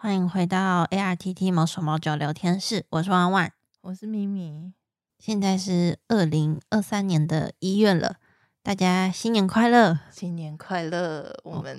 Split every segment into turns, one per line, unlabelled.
欢迎回到 ARTT 毛手毛脚聊天室，我是万万。
我是咪咪，
现在是二零二三年的一月了，大家新年快乐！
新年快乐！
哦
我们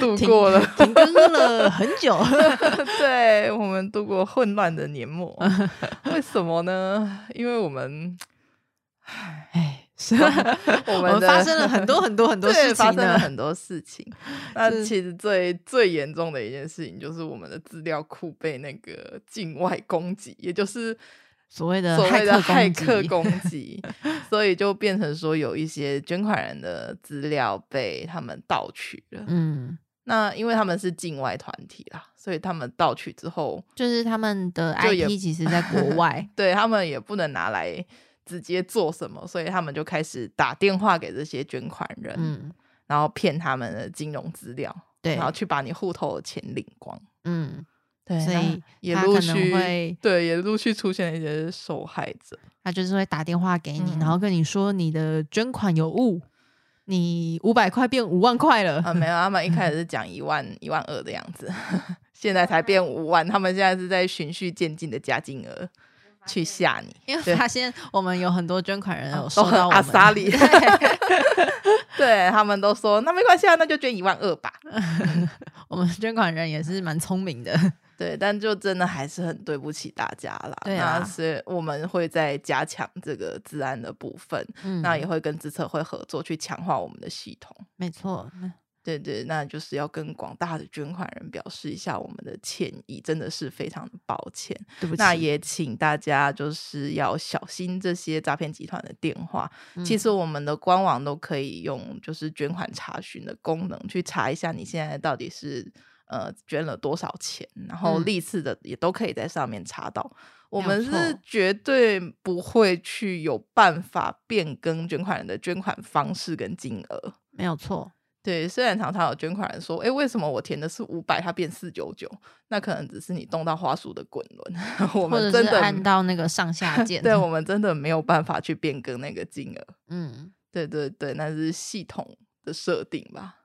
度
停
过了，
停更了很久，
对我们度过混乱的 年末。为什么呢？因为我们
哎，是
我
我
们
们
的
发生了很 多很多很多
对
事
发
情
生了
呢。
很多事情。 那
是
其实最最严重的一件事情就是我们的资料库被那个境外攻击，也就是
所谓的
所谓的
呃骇
骇
客
客攻击，所以就变成说有一些捐款人的资料被他们盗取了。
嗯，
那因为他们是境外团体啦，所以他们盗取之后，
就是他们的
就也，
IP 其实在国外
对他们也不能拿来直接做什么，所以他们就开始打电话给这些捐款人，
嗯，
然后骗他们的金融资料，
对
然，后去把你户头的钱领光。
嗯，
对
所
那
以
也
他
陆
可能
续
会
对，也陆续出现了一些受害者。
他就是会打电话给你，
嗯
然后跟你说你的捐款有误，你五百块变五万块了。
啊，没有，他们一开始是讲一万、一万二的样子， 现在才变五万，他们现在是在循序渐进的加金额去吓你。
因为
对嗯
发现我们有很多捐款人有
都
收
很
到我
阿
们，
萨里对他们都说那没关系啊，那就捐一万二吧。
我们捐款人也是蛮聪明 的。
对，但就真的还是很对不起大家啦。
对啊
那是我们会再加强这个治安的部分，
嗯
那也会跟自测会合作去强化我们的系统。
没错，
对对，那就是要跟广大的捐款人表示一下我们的歉意，真的是非常的抱歉。
对不起。
那也请大家就是要小心这些诈骗集团的电话。
嗯
其实我们的官网都可以用就是捐款查询的功能去查一下你现在到底是呃捐了多少钱，然后
嗯
历次的也都可以在上面查到。我
没有
们
错
是绝对不会去有办法变更捐款人的捐款方式跟金额。
没有错，
对，虽然常常有捐款人说，哎，为什么我填的是五百，他变四九九？那可能只是你动到花束的滚轮，我
或者
们
是
真的
按到那个上下键。
对我们真的没有办法去变更那个金额。
嗯
对对对，那是系统的设定吧？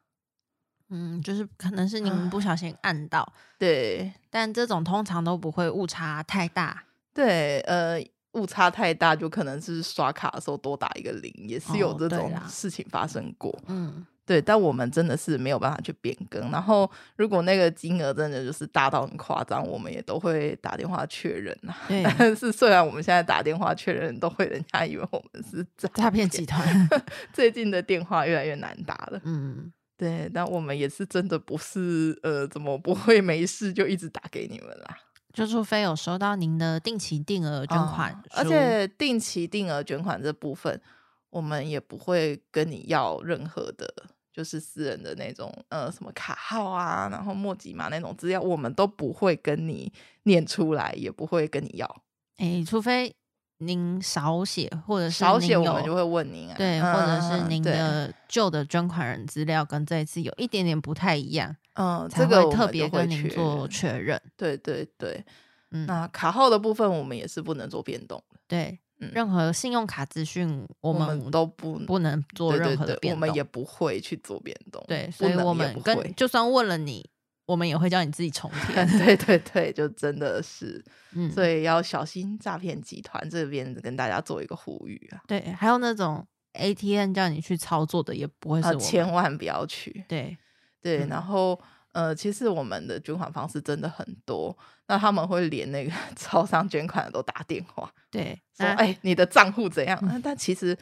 嗯，就是可能是你们不小心按到，
对
但这种通常都不会误差太大。
对，呃，误差太大，就可能是刷卡的时候多打一个零，也是有
哦
这
对
种
啦
事情发生过。
嗯，
对，但我们真的是没有办法去变更。然后，如果那个金额真的就是大到很夸张，我们也都会打电话确认啊。
对，
但是，虽然我们现在打电话确认，都会人家以为我们是
诈骗集团。
最近的电话越来越难打了。
嗯，
对，但我们也是真的不是呃，怎么不会没事就一直打给你们啦？
就除非有收到您的定期定额捐款书，
啊而且定期定额捐款这部分，我们也不会跟你要任何的，就是私人的那种呃什么卡号啊，然后莫吉玛那种资料，我们都不会跟你念出来，也不会跟你要。
诶，除非您少写，或者是
少写
您
我们
有
就会问您啊，
对，
嗯
或者是
嗯
您
对
的旧的捐款人资料跟这一次有一点点不太一样，
嗯，
才
这个
会
我
特
们
别
就会
跟您
确
做
认
确认。
对对对，
嗯，
那卡号的部分我们也是不能做变动。
对，
嗯
任何信用卡资讯我们
都不
不能做
对
任
对
何的
对
变动，
我们也不会去做变动。
对，
不
所以
能
我
也
们
不
跟
会
就算问了你，我们也会叫你自己重填。
对对对，就真的是，
嗯，
所以要小心诈骗集团这边跟大家做一个呼吁啊，
对，还有那种 ATM 叫你去操作的，也不会是
啊，
我们。
千万不要去。
对，
对，
嗯
然后呃，其实我们的捐款方式真的很多，那他们会连那个 超商捐款的都打电话
对，
说，
那
哎、你的账户怎样？啊但其实。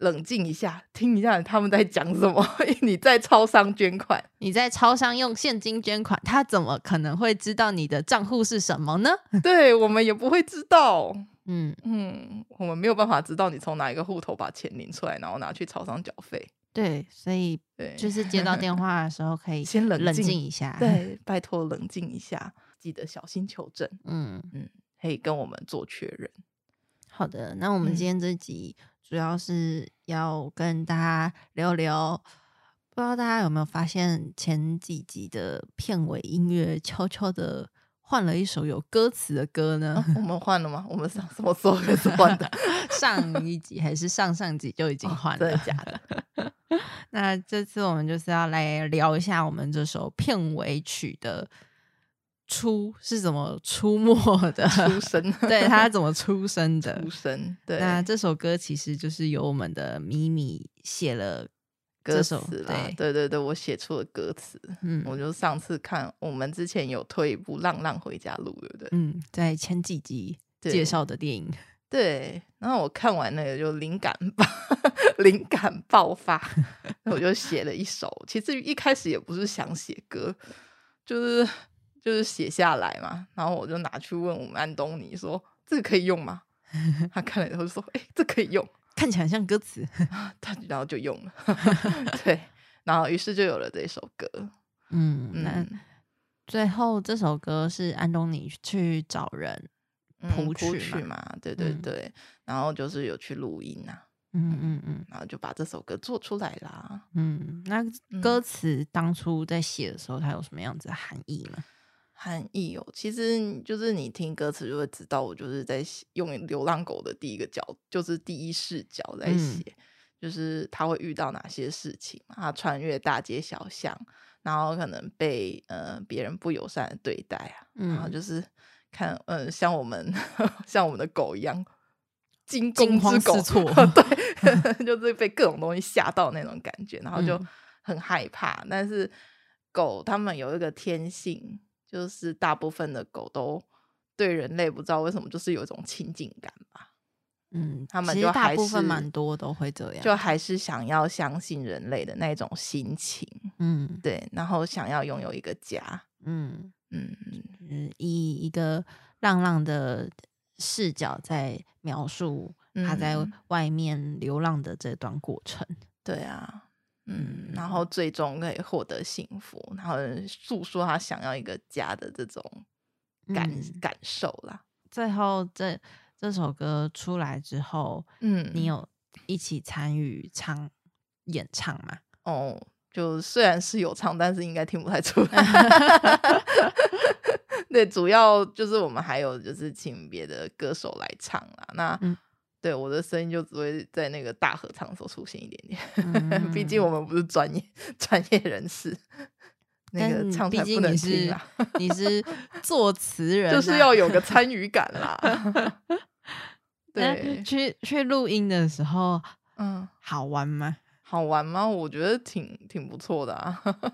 冷静一下，听一下他们在讲什么。 你在超商捐款，
你在超商用现金捐款，他怎么可能会知道你的账户是什么呢？
对我们也不会知道。
嗯，
嗯，我们没有办法知道你从哪一个户头把钱领出来，然后拿去超商缴费。
对，所以
对，
就是啊接到 电话的时候可以
先冷
冷
静
静一下。，
对，拜托冷静一下，记得小心求证，
嗯，
可以跟我们做确认。
好的。那我们
嗯
今天这集主要是要跟大家聊聊，不知道大家有没有发现前几集的片尾音乐悄悄的换了一首有歌词的歌呢？
啊我们换了吗？我们上什 么时候开始换的？
上一集还是上上集就已经
哦
换
真
了，
的假的？
那这次我们就是要来聊一下我们这首片尾曲的出是怎么出没的，
出生，
对他怎么出生的。
出生，对，
那这首歌其实就是由我们的咪咪写了
歌
这
词
首，
啦，
对，
对对对，我写出了歌词。我
嗯
就上次看我们之前有推一部《浪浪回家路》，对不对？
嗯，在前几集
对
介绍的电影，
对，然后我看完那个就灵感爆， 灵感 爆发，我就写了一首。其实一开始也不是想写歌，就是就是写下来嘛。然后我就拿去问我们安东尼说：“这个可以用吗？”他看了以后就说：“哎、这可以用。
看起来很像歌词，
他然后就用了。 对，然后于是就有了这首歌。
嗯，那
嗯，
最后这首歌是安东尼去找人，
嗯
谱
谱
曲
曲
嘛
嘛，对对
嗯
对。然后就是有去录音啊，
嗯嗯嗯
然后就把这首歌做出来啦。
嗯。那
嗯
歌词当初在写的时候，它有什么样子的含义呢？
含义哦，其实就是你听歌词就会知道，我就是在写用流浪狗的第一个角，就是第一视角在
嗯
写，就是他会遇到哪些事情嘛，他穿越大街小巷，然后可能被呃别人不友善的对待啊，然后
嗯，
就是看呃像我们 像我们的狗一样。惊
惊
弓
慌失
之狗，
措
对， 就是被各种东西吓到那种感觉，然后就
嗯
很害怕。但是狗它们有一个天性，就是大部分的狗都对人类不知道为什么，就是有一种亲近感吧，
嗯，
他们
其
就
实大
还
部分
是
蛮多都会这样，
就还是想要相信人类的那种心情，
嗯
对，然后想要拥有一个家，
嗯，
嗯，
就是以一个浪浪的视角在描述他在
嗯
外面流浪的这段过程。
对啊。嗯
嗯，
然后最终可以获得幸福，然后诉说他想要一个家的这种感、
嗯
感受啦。
最后这这首歌出来之后，
嗯，
你有一起参与唱演唱吗？
哦，就虽然是有唱，但是应该听不太出来。 对，主要就是我们还有就是请别的歌手来唱啦。那、
嗯
对我的声音就只会在那个大合唱的时候出现一点点，
嗯
毕竟我们不是专业专业人士。那
但
个
你
唱
毕
才不
竟
能
你
听
是
啦，
你是作词人啊、
就是要有个参与感 啦。
那
对，
去去录音的时候
嗯，
好玩吗？
好玩吗？我觉得挺挺不错的啊。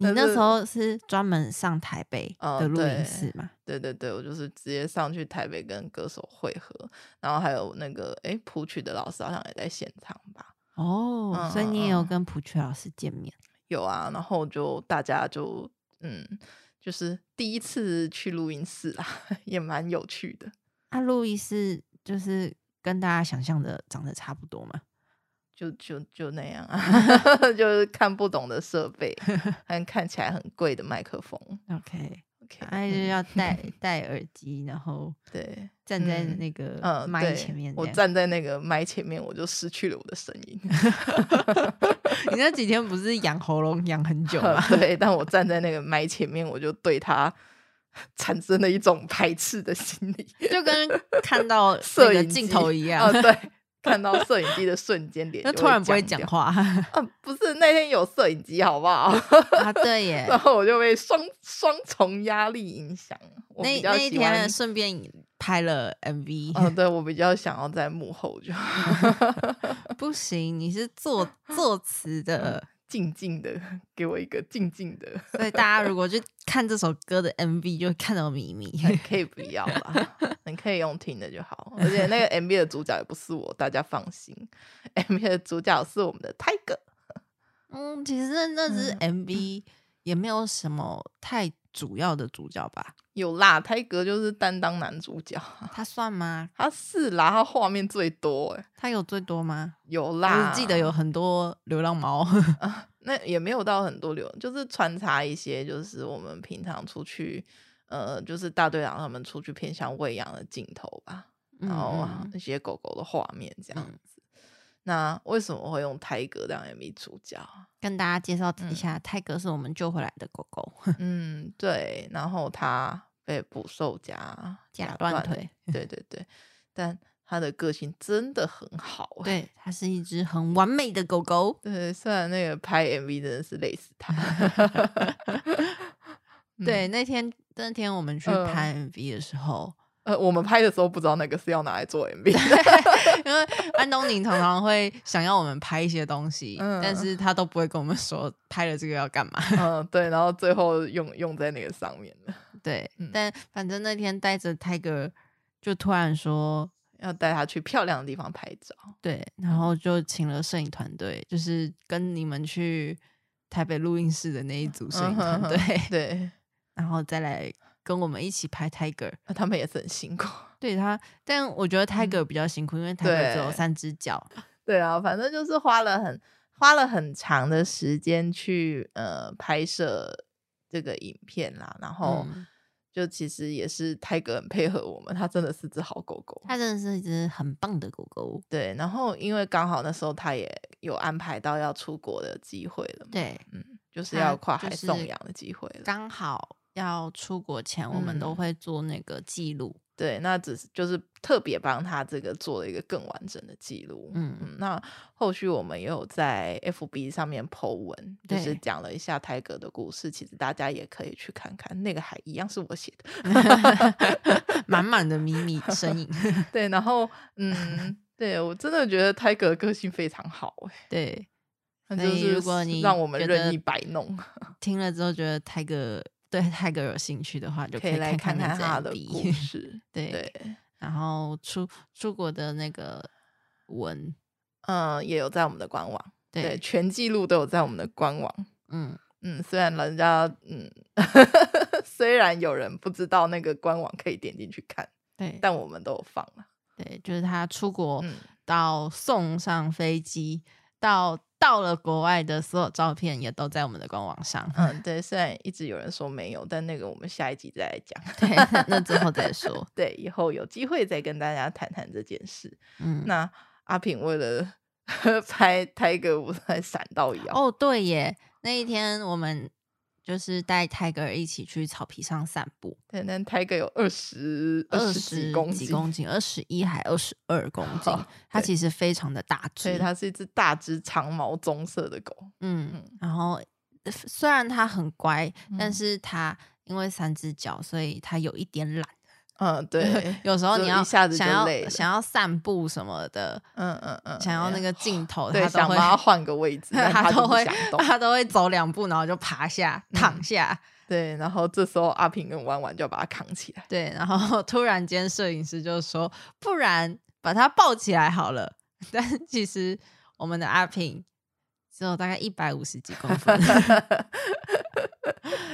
你
但
那
是
时候是专门上台北
哦
的录
对
音室吗？
对对对，我就是直接上去台北跟歌手会合，然后还有那个诶谱曲的老师好像也在现场吧？
哦，
嗯
所以
嗯
你也有
嗯
跟朴雀老师见面，
有啊，然后就大家就嗯，就是第一次去录音室啊， 也蛮有趣的，
那路易斯就是跟大家想象的长得差不多嘛？
就就就那样啊， 就是看不懂的设 备，还看起来很贵的麦克风。
OK，
OK，
哎，就是
嗯
要戴 戴耳机，然后
对，
站在
嗯
那个
嗯，
麦
对
前面这
我
样。
站在那个麦前面，我就失去了我的声音。
你那几天不是养喉咙养很 久 吗？
对，但我站在那个麦前面，我就对他 产生了一种排斥的心 理。
就跟看到那
摄
个
影
镜
机
头一样
啊，，对， 看到摄影机的瞬间脸，
那突然不会讲
讲。
话
啊，不是那天有摄影机，好不好？
啊？对耶，
然后我就被双双重压力影响。我
那
比较
那一
喜欢
天，顺便拍了 MV，、
嗯、对我比较想要在幕后就
不行，你是 作作词的，
静静的给我一个静静的，
所以大家如果去看这首歌的 MV，就会看到咪咪。
可以不要啦，你可以用听的就好。而且 那个 MV 的主角也不是我，大家放心。MV 的主角是我们的 Tiger，
嗯，其实那那只是
嗯
MV 也没有什么太主要的主角吧？
有啦，Tiger 就是担当男主角，
他算吗？
他是啦，他画面最多哎、
他有最多吗？
有
我
啦，
只记得有很多流浪 猫。
那也没有到很多流，就是穿插一些，就是我们平常出去，呃，就是大队长他们出去偏向喂养的镜头吧，
嗯
然后
嗯
一些狗狗的画面这样
嗯
子。那为什么会用 Tiger 当 MV 主角啊？
跟大家介绍一
嗯
下，泰格是我们救回来的狗狗，
嗯，对，然后他被捕兽夹
假断，腿。
对对对，但他的个性真的很好，欸
对，它是一只很完美的狗狗。
对，虽然 那个拍 MV 真的是累死他，嗯
对，那天那天我们去
嗯
拍 MV 的时候，
呃，我们拍的时候不知道那个是要拿来做 MV 的。
因为安东尼常常会想要我们拍一些东西，
嗯
但是他都不会跟我们说拍了这个要干嘛。
嗯，对，然后最后用用在那个上面了，
对，
嗯
但反正那天带着 Tiger 就突然说，
要带他去漂亮的地方拍照。
对，然后就请了摄影团队，就是跟你们去台北录音室的那一组摄影团队，
嗯哼哼对，
然后再来跟我们一起拍 Tiger。
那他们也是很辛苦。
对他，但我觉得 Tiger 比较辛苦，因为 Tiger 只有
嗯对
三只脚。
对啊，反正就是花了很花了很长的时间去呃拍摄这个影片啦，然后
嗯
就其实也是泰哥很配合我们，他真的是只好狗狗。
它真的是一只很棒的狗狗。
对，然后因为刚好那时候他也有安排到要出国的机会了嘛，
对，
嗯，就是
他
要跨
就
海
是
送养的机会了。
刚好要出国前，我们都
嗯
会做那个记录。
对，那只是就是特别帮他这个做了一个更完整的记录。
嗯
那后续我们也有在 FB 上面 Po 文，就是
对
讲了一下泰格的故事，其实大家也可以去看看，那个还一样是我写的。
满满的迷你身影。
对，然后嗯， 对我真的觉得泰格个性非常好、欸，
对，
那
所
就
以
是
如果你
让我们
觉
任
得
意摆弄，
听了之后觉得泰哥对泰哥有兴趣的话，就
可以
以
来
看
看
那只
他的
MV
故事。
对，
对，
然后出出国的那个文，
嗯，也有在我们的官网，
对，
对，全记录都有在我们的官网。
嗯，
嗯，虽然人家嗯， 虽然有人不知道那个官网可以点进去看，
对
但我们都有放了。
对，就是他出国
嗯
到送上飞机到。到了国外的所有照片也都在我们的官网上，
嗯，对，虽然一直有人说没有，但那个我们下一集再来讲。
对，那之后再说。
对，以后有机会再跟大家谈谈这件事。
嗯，
那阿平为了 拍泰戈舞台闪到腰，
哦，对耶，那一天我们就是带 Tiger 一起去草皮上散步，
对，但泰戈有二十
二
十
十
几公
几
斤，，
公斤，二十一还二十二公斤 它
对
其实非常的大
所以
只。
它是一只大只长毛棕色的狗。
嗯
嗯，
然后呃虽然它很乖，但
嗯
是它因为三只脚，所以它有一点懒。
嗯， 对
，有时候
就
你要
一下子
想
就
要
累了
想要散步什么的，
嗯嗯嗯，
想要
哎
那个镜头，
对，
它
想
都
帮
会
他 换个位置，但
它
他就
都
不
会
想 动。
它都会走两步，然后就爬下躺
嗯
下。
对，然后这时候阿平跟弯弯就要把他扛起来。
对，然后 突然间摄影师就说：“不然把它抱起来好了。” 但是其实我们的阿平只有大概一百五十几公 分，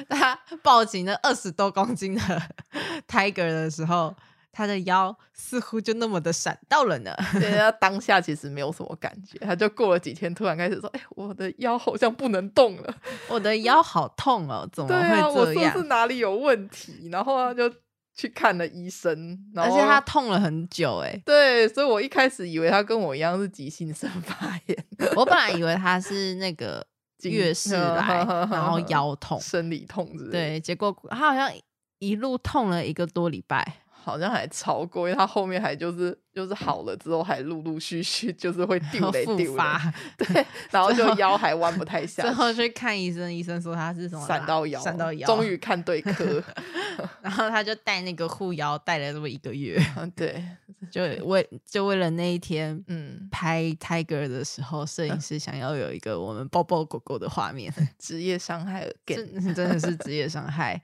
他抱起那二十多公斤的 Tiger 的时候，他的腰似乎就那么的闪到了呢。
对，他当下其实没有什么感觉，他就过了几天，突然开始说：“哎、我的腰好像不能动了。
我的腰好痛哦，怎”么
对啊，我
会这
是不是
样？
哪里有问题？然后他就去看了医生，然
而
后
且他痛了很久哎、
对，所以我一开始以为他跟我一样是急性肾发炎，
我本来以为他是那 个
颈，
月事来，然后腰痛
生理痛之类的。
对，结果他好像一路痛了一个多礼拜，
好像还超过，因为他后面还就是就是好了之后还陆陆续续就是会
然
丢
后
嘞
复
丢嘞，
发，
对，然后就
最后
腰还弯不太下去，
最后去看医生，医生说他是什么
闪到腰，
闪到腰，
终于，看对科，
然后他就戴那个护腰，戴了这么一个月，
嗯对，
就为就为了那一天。
嗯，
拍 Tiger 的时候，摄影师想要有一个我们抱抱狗狗的画面，
职业伤害 again，
真真的是职业伤害。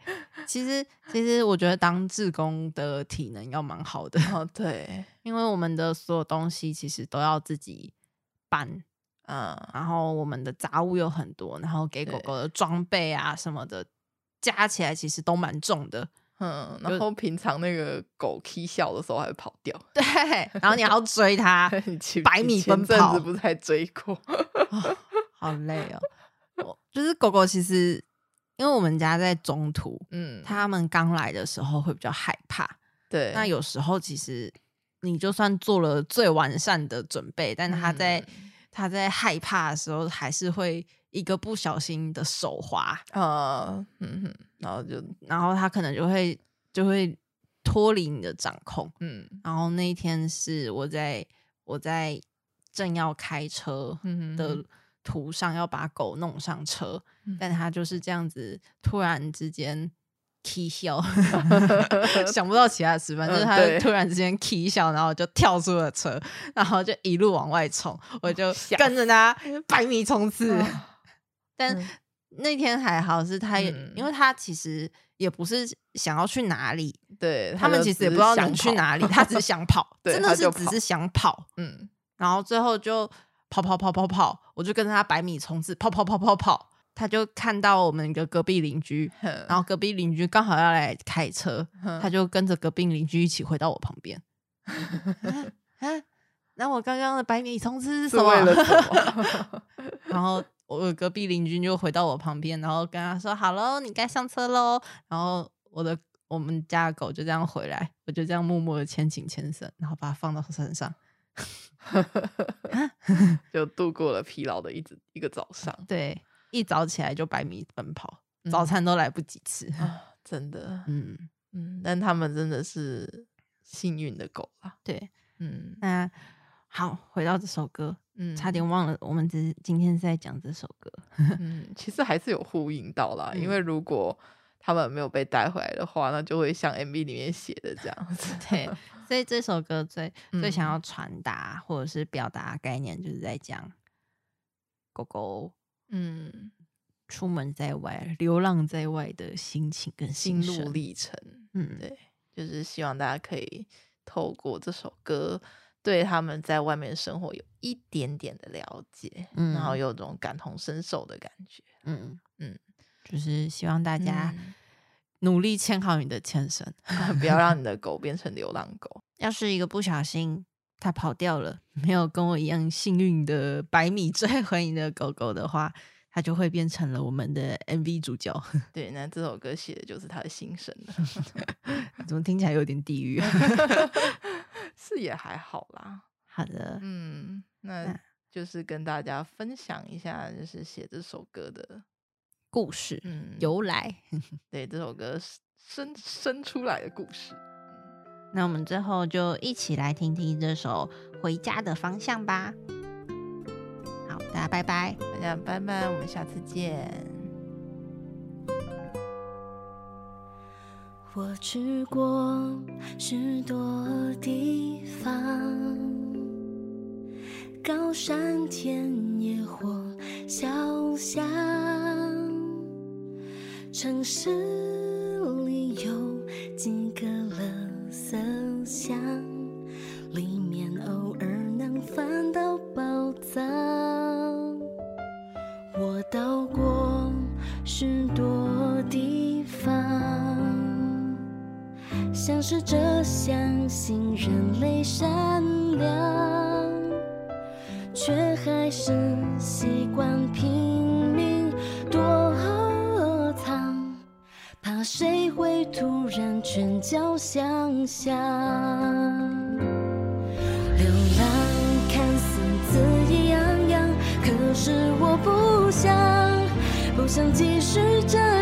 其实，其实我觉得当志工的体能要蛮好的，
哦对，
因为我们的所有东西其实都要自己搬，
啊
然后我们的杂物有很多，然后给狗
对
狗的装备啊什么的，加起来其实都蛮重的。
嗯，然后平常那个狗踢笑的时候还会跑掉，
对，然后你还要追它，
你前
啊百米
你前
奔
阵
跑
子不是还追过，
哦好累哦。我就是狗狗，其实因为我们家在中途，
嗯，
它们刚来的时候会比较害怕。
对，
那有时候其实你就算做了最完善的准备，但它在
嗯
它在害怕的时候，还是会一个不小心的手滑。
啊，嗯哼，然后就
然后他可能就会就会脱离你的掌控。
嗯
然后那一天是我在我在正要开车
嗯哼
的途上要把狗弄上车，
嗯
但他就是这样子突然之间 k 笑，想不到其他词，反正
嗯
他
对
突然之间 k 笑，然后我就跳出了车，然后就一路往外冲，我就
吓
跟着他百米冲刺。
啊
但
嗯
那天还好是他也，
嗯
因为他其实也不是想要去哪里，
对
他们
就
其实也
只
不知
是
道
想
能去
跑
哪 里，他只是想跑，
对
真的
他
是
就
只
跑
是想跑。
嗯，
然后最后就跑跑跑跑跑，我就跟着他百米冲刺，跑跑跑跑跑，他就看到我们一个隔壁邻居，然
然
后隔壁邻居刚好要来开车，他就跟着隔壁邻居一起回到我旁 边。啊啊那我刚刚的百米冲刺是什
是
么？
为 了什么？
然后我隔壁邻居就回到我旁边，然后跟他说：“好喽，你该上车喽。”然后我的我们家的狗就这样回来，我就这样默默的牵紧牵绳，然后把它放到身上。
就度过了疲劳的一直一个早上
对，一早起来就百米奔跑，
嗯
早餐都来不及吃。
啊，真的，
嗯，
嗯，但他们真的是幸运的狗啦，
对。
嗯
那好，回到这首歌，
嗯，
差点忘了，我们只是今天是在讲这首歌。
嗯，其实还是有呼应到啦，因
嗯
为如果他们没有被带回来的话，那就会像 MV 里面写的这样子。
对， 嗯所以这首歌最最想
嗯
要传达或者是表达概念，就是在讲狗狗
嗯，
出门在外、流浪在外的心情跟
心
心
路
声。
历程，
嗯，
对就是希望大家可以透过这首歌，对他们在外面生活有一点点的了解，
嗯
然后有种感同身受的感 觉。
嗯嗯
嗯，
就是希望大
大
家努力牵好你的牵绳。
不要让你的狗变成流浪狗。
要是一个不小心它跑掉了， 没有跟我一样幸运的百米追回你的狗狗的话，它就会变成了我们的 MV 主角。
对，那这首歌写的就是他的心声了，
怎么听起来有点地狱？啊
是也还好啦。
好的，
嗯，那
那
就是跟大家分享一下，就是写这首歌的，
故事
嗯，
由来。
对这首歌是生生出来的故事。
那我们最后就一起来听听这首《回家的方向》吧。好，大家拜拜。
大家拜拜，我们下次见。
我去过许多地方，高山田野或小巷，城市里有几个垃圾箱，里面偶尔能翻到宝藏。我到过许多地方，想试着相信人类善良，却还是习惯拼命躲藏，怕谁会突然拳脚相向。流浪看似恣意洋洋，可是我不想，不想继续这